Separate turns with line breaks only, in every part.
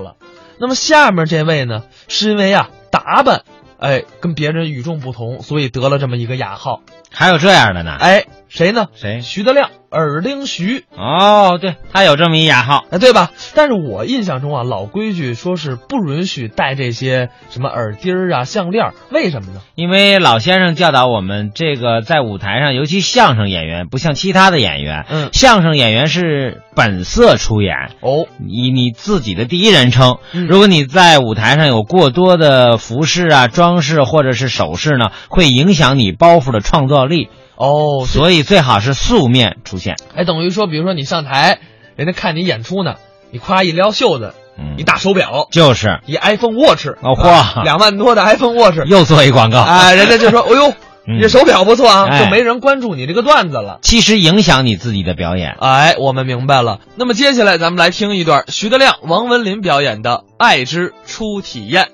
了。那么下面这位呢，是因为啊打扮，哎，跟别人与众不同，所以得了这么一个雅号。
还有这样的呢？
哎，谁呢？
谁？
徐德亮，耳钉徐，
哦，对，他有这么一雅号。
哎，对吧？但是我印象中啊，老规矩说是不允许戴这些什么耳钉儿啊、项链儿，为什么呢？
因为老先生教导我们，这个在舞台上，尤其相声演员，不像其他的演员，
嗯
相声演员是本色出演，
哦，
以你自己的第一人称。
嗯
如果你在舞台上有过多的服饰啊、装饰或者是首饰呢，会影响你包袱的创造力，
哦，所
所以最好是素面出现。
哎，等于说，比如说你上台，人家看你演出呢，你夸一撩袖子，
嗯
一，大手表，
就是
一 iPhone Watch，
哦嚯
啊两万多的 iPhone Watch，
又做一广告。
啊，人家就说，哎呦，你这手表不错啊，
哎
就没人关注你这个段子了。
其实影响你自己的表演。
哎，我们明白了。那么接下来咱们来听一段徐德亮、王文林表演的《爱之初体验》。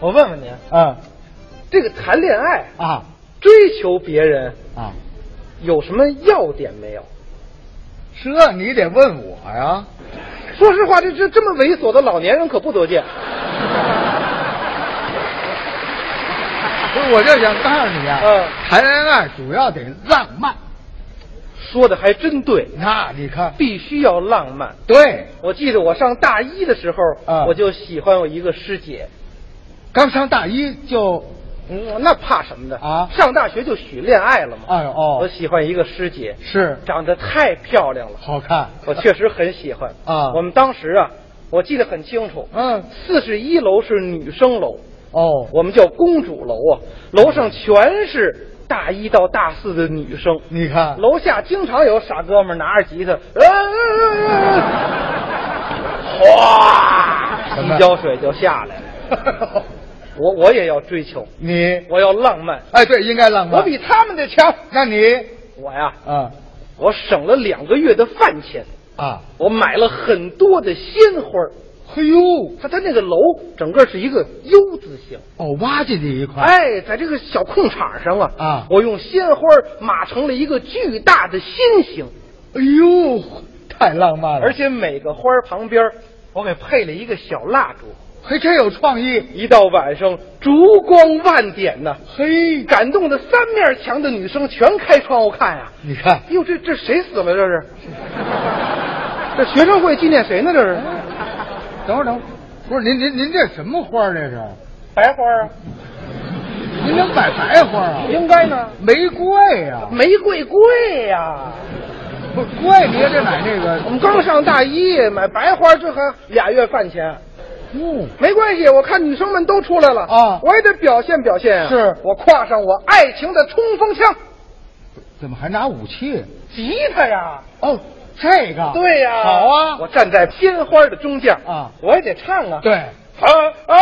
我问问您，
嗯
这个谈恋爱、
啊
追求别人
啊，
有什么要点没有？
这啊你得问我呀。
说实话，这这这么猥琐的老年人可不多见。
不是，我就想告诉你啊，
嗯
谈恋爱主要得浪漫。
说的还真对，
那你看，
必须要浪漫。
对，
我记得我上大一的时候，
啊
我就喜欢我一个师姐，
刚上大一就，
嗯，那怕什么的
啊
上大学就许恋爱了嘛。
哎呦
我
哦，
喜欢一个师姐，
是
长得太漂亮了，
好看。
我确实很喜欢
啊
我们当时啊，我记得很清楚，
嗯
四十一楼是女生楼，
哦，
我们叫公主楼啊，楼上全是大一到大四的女生，
你 看，
楼下经常有傻哥们儿拿着吉他，呃哗、
什么
一浇水就下来 了。我我也要追求，
你
我要浪漫，
哎，对，应该浪漫。
我比他们得强。
那你
我呀，
啊
我省了两个月的饭钱，
啊，
我买了很多的鲜花儿。
嘿呦，
它它那个楼整个是一个 U 字形，
哦，挖进去一块。，
哎，在这个小空场上啊，
啊
我用鲜花码成了一个巨大的心形，
哎呦，太浪漫了。
而，且每个花儿旁边儿我给配了一个小蜡烛。
嘿，真有创意。
一到晚上，烛光万点呐、
嘿，
感动的三面墙的女生全开窗户看呀、
你看
哎，呦，这这谁死了？这 是，这学生会纪念谁呢？这是
等会儿等会儿，不是您您您这什么花儿这是？
白花啊，
您能买白花啊？
应该呢，
玫瑰呀、
玫瑰贵呀、
不是贵你也得买那
我
个。
们刚上大一，买白花这还俩月饭钱，
嗯，
没关系。我看女生们都出来了
啊
我也得表现表现啊。
是
我挎上我爱情的冲锋枪，
怎么还拿武器？
吉他呀，
哦，这个
对呀，
好啊，
我站在鲜花的中间
啊
我也得唱啊。，
对，
啊啊！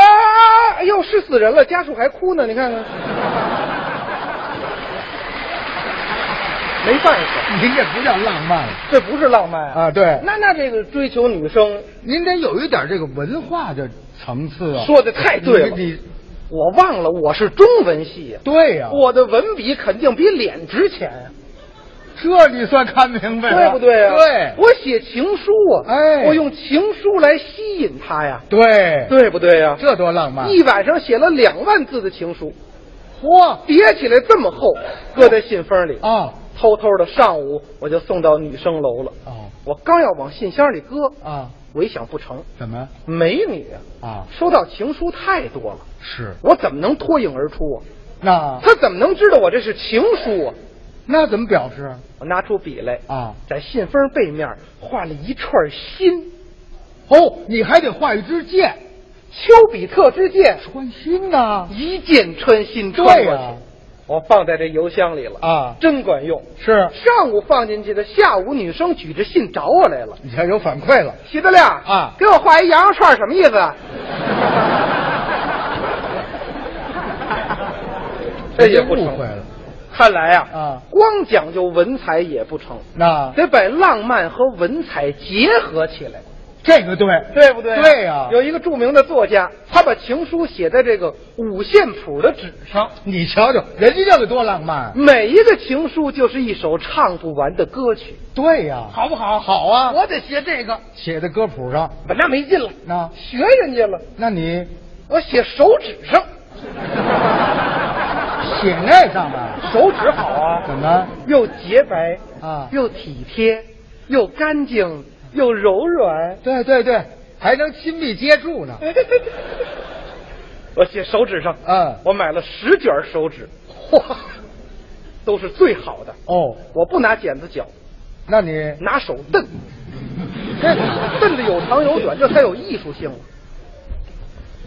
哎呦，是死人了，家属还哭呢，你看 看，没办法，
您这不叫浪漫了
这不是浪漫啊。
啊，对，
那那这个追求女生
您得有一点这个文化的层次啊。
说的太对了，
你你
我忘了我是中文系呀、
对呀、
我的文笔肯定比脸值钱呀、
这你算看明白
对
了，
不对啊？
对，
我写情书啊，
哎
我用情书来吸引他呀，
对，
对不对呀、
这多浪漫！
一晚上写了两万字的情书，
嚯
叠起来这么厚，搁在信封里，
啊
偷偷的上午我就送到女生楼了。
哦
我刚要往信箱里搁，
啊，
我一想不成，
怎么
美女啊，
啊？
收到情书太多了，
是
我怎么能脱颖而出啊？
那
她怎么能知道我这是情书啊？
那怎么表示
我拿出笔来，
啊？
在信封背面画了一串心，
哦，你还得画一支箭，
丘比特之箭，
穿心呐、
一箭穿心穿
对
过去。
呀、
我放在这邮箱里了，
啊
真管用。
是，
上午放进去的，下午女生举着信找我来了。
你看有反馈了。
徐德亮
啊
给我画一羊肉串什么意思 啊？这也不
误
成
会了。
看来呀、
啊
光讲究文采也不成，
那
得把浪漫和文采结合起来。
这个对，
对不对、啊
对呀
有一个著名的作家，他把情书写在这个五线谱的纸上，
你瞧瞧，人家这个多浪漫。
每一个情书就是一首唱不完的歌曲。
对呀、好不好？好啊，
我得学这个，
写在歌谱上。
本那没劲了，
那
学人家了，
那你
我写手指上，
写那上面
手指好啊，
怎么
又洁白
啊
又体贴，又干净，又柔软。
对对对，还能亲密接触呢。
我写手指上，
嗯
我买了十卷手 指，嚯，都是最好的。
哦，
我不拿剪子绞，
那你
拿手 蹬，
这
蹬的有长有短，这才有艺术性。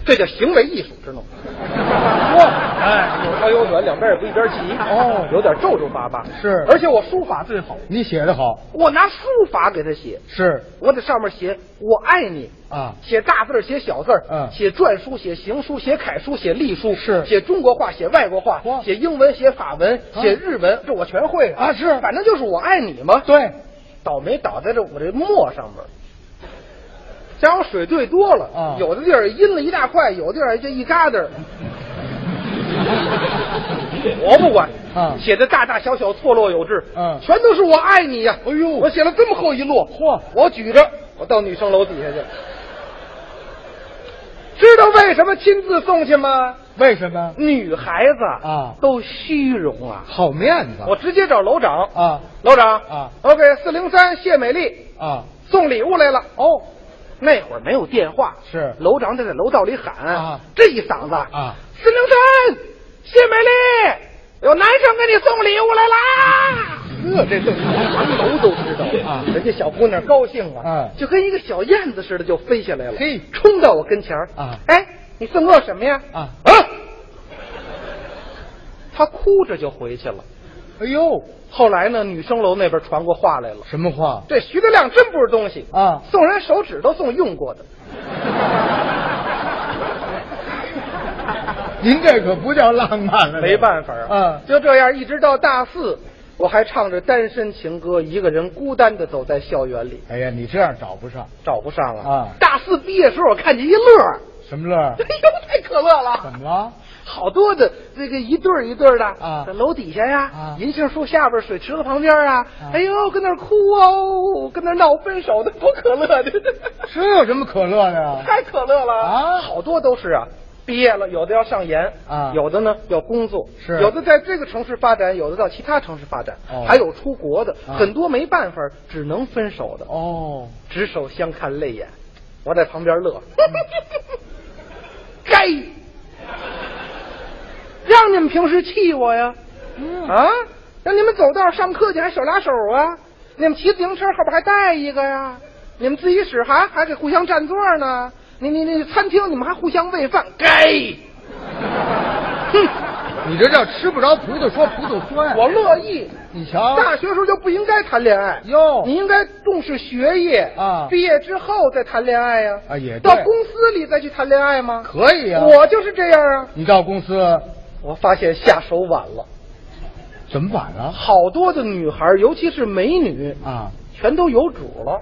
这叫行为艺术，知道吗？
哇，
哎，有长有短，两边也不一边齐。
哦
有点皱皱巴巴。
是
而且我书法最好，
你写的好
我拿书法给他写，
是
我在上面写“我爱你”，
啊，
写大字儿，写小字儿，
嗯
写篆书，写行书，写楷书，写隶书，
是
写中国画，写外国画
哇，
写英文，写法文，
啊
写日文，这我全会
啊是
反正就是我爱你嘛。，
对，
倒霉倒在这我这墨上面儿。加上水兑多了，
啊
有的地儿阴了一大块，有的地儿就一疙瘩 儿。我不管，
啊
写的大大小小错落有致，
嗯
全都是我爱你呀、
哎呦
我写了这么厚一摞，
嚯
我举着，我到女生楼底下去。知道为什么亲自送去吗？
为什么？
女孩子
啊
都虚荣啊！
好面子
我直接找楼长
啊
楼长
啊
，OK，四零三谢美丽
啊，
送礼物来了。
哦，
那会儿没有电话，
是
楼长得在楼道里喊
啊
这一嗓子
啊，
四零三谢美丽，有男生给你送礼物来啦！呵，这正全楼都知道
啊
人家小姑娘高兴啊，
嗯
就跟一个小燕子似的就飞下来了，
嘿
冲到我跟前儿
啊
哎，你送给我什么呀？
啊
啊！她哭着就回去了。
哎呦，
后来呢，女生楼那边传过话来了，
什么话？
这徐德亮真不是东西
啊
送人手指都送用过的。
您这可不叫浪漫了，
没办法啊，
嗯，
就这样一直到大四，我还唱着单身情歌，一个人孤单的走在校园里，
哎呀，你这样找不上，
找不上了
啊
大四毕业的时候，我看见一乐儿，
什么乐儿
哎？呦，太可乐
怎么
了。
了？
好多的这个一对儿一对儿的
啊
在楼底下呀，
啊
银杏树下边、水池子旁边啊，
啊
哎呦，跟那儿哭哦，跟那儿闹分手的，多可乐的，
这有什么可乐的呀？
太可乐了
啊
好多都是啊，毕业了，有的要上研
啊
有的呢要工作，
是
有的在这个城市发展，有的到其他城市发展，
哦
还有出国的，
啊
很多没办法，只能分手的，
哦，
执手相看泪眼，我在旁边乐， 该，让你们平时气我呀，啊，让你们走道上课去还手拉手啊，你们骑自行车后边还带一个呀，你们自习室还还给互相占座呢，你你你餐厅你们还互相喂饭，该，哼，
你这叫吃不着葡萄说葡萄酸。
我乐意。
你瞧，
大学时候就不应该谈恋爱
哟
你应该重视学业
啊
毕业之后再谈恋爱呀、
啊也对
到公司里再去谈恋爱吗？
可以啊。
我就是这样啊！
你到公司
我发现下手晚了，
怎么晚了？
好多的女孩，尤其是美女，
啊，
全都有主了，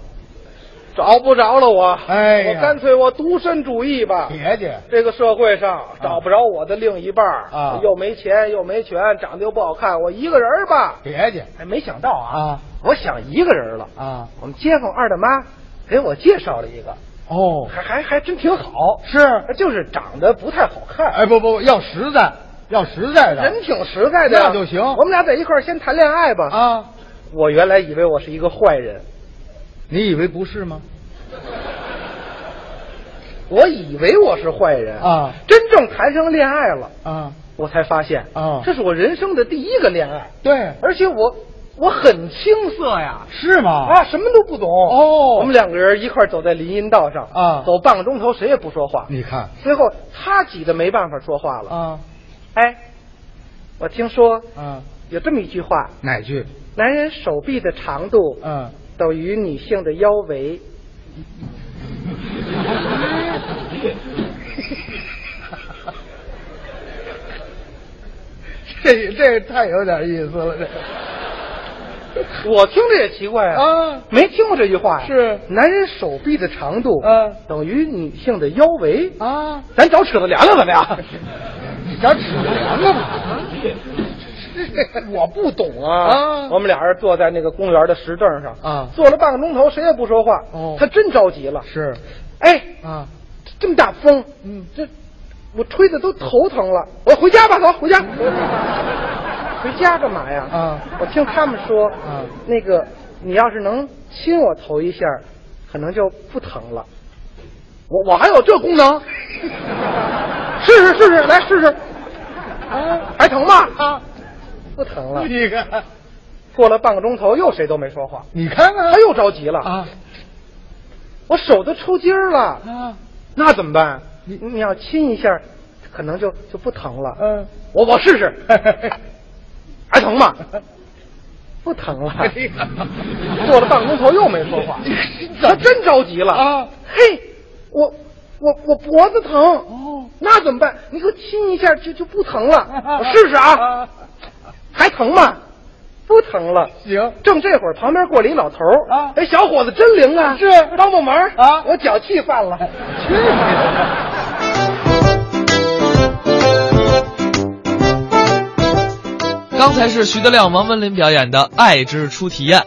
找不着了我。
哎呀
我干脆我独身主义吧。
别介，
这个社会上找不着我的另一半儿
啊
又没钱又没权，长得又不好看，我一个人儿吧。
别介
哎，没想到啊，
啊
我想一个人了。
啊！
我们街坊二大妈给我介绍了一个，
哦，
还还还真挺好，
是，
就是长得不太好看，
哎，不不，不要实在，要实在的。
人挺实在的，
那就行
我们俩在一块儿先谈恋爱吧。，
啊，
我原来以为我是一个坏人，
你以为不是吗？
我以为我是坏人
啊
真正谈上恋爱了，
啊，
我才发现
啊
这是我人生的第一个恋爱，
对，
而且我我很青涩呀。
是吗？
啊，什么都不懂
哦
我们两个人一块儿走在林荫道上
啊
走半个钟头，谁也不说话。
你看
最后他挤得没办法说话了，
啊
哎，我听说
啊，
有这么一句话：
哪句？
男人手臂的长度
嗯，
等于女性的腰 围。
这这太有点意思了，这
我听着也奇怪啊，
啊，
没听过这句话呀。
是
男人手臂的长度，
嗯
等于女性的腰围。
啊，
咱找尺子量量怎么样？
你找指南干嘛？
我不懂啊！
啊
我们俩人坐在那个公园的石凳上
啊
坐了半个钟头，谁也不说话。
哦
他真着急了。
是
哎，
啊，
这么大风，
嗯
这我吹的都头疼了。我回家吧，走，回 家。回家干嘛呀？
啊
我听他们说，
啊
那个你要是能亲我头一下，可能就不疼了。我我还有这功 能？试试试试，来试试。啊，还疼吗？啊，不疼了。
你看，
过了半个钟头，又谁都没说话，
你看看，
他又着急了。
啊
我手都抽筋儿了。
啊，
那怎么办？
你
你你要亲一下，可能就就不疼了。
嗯，
啊我我试 试，还疼吗？不疼了。
哎呀
坐了半个钟头又没说话，他真着急了
啊！
嘿，我我我脖子疼
哦，
那怎么办？你给我亲一下就就不疼 了，我试试啊，还疼吗？不疼了。
行，
正这会儿，旁边过来一老头儿
啊
哎，小伙子真灵啊！
是
帮帮忙儿
啊
我脚气犯 了。
去你的！
刚才是徐德亮、王文林表演的《爱之初体验》，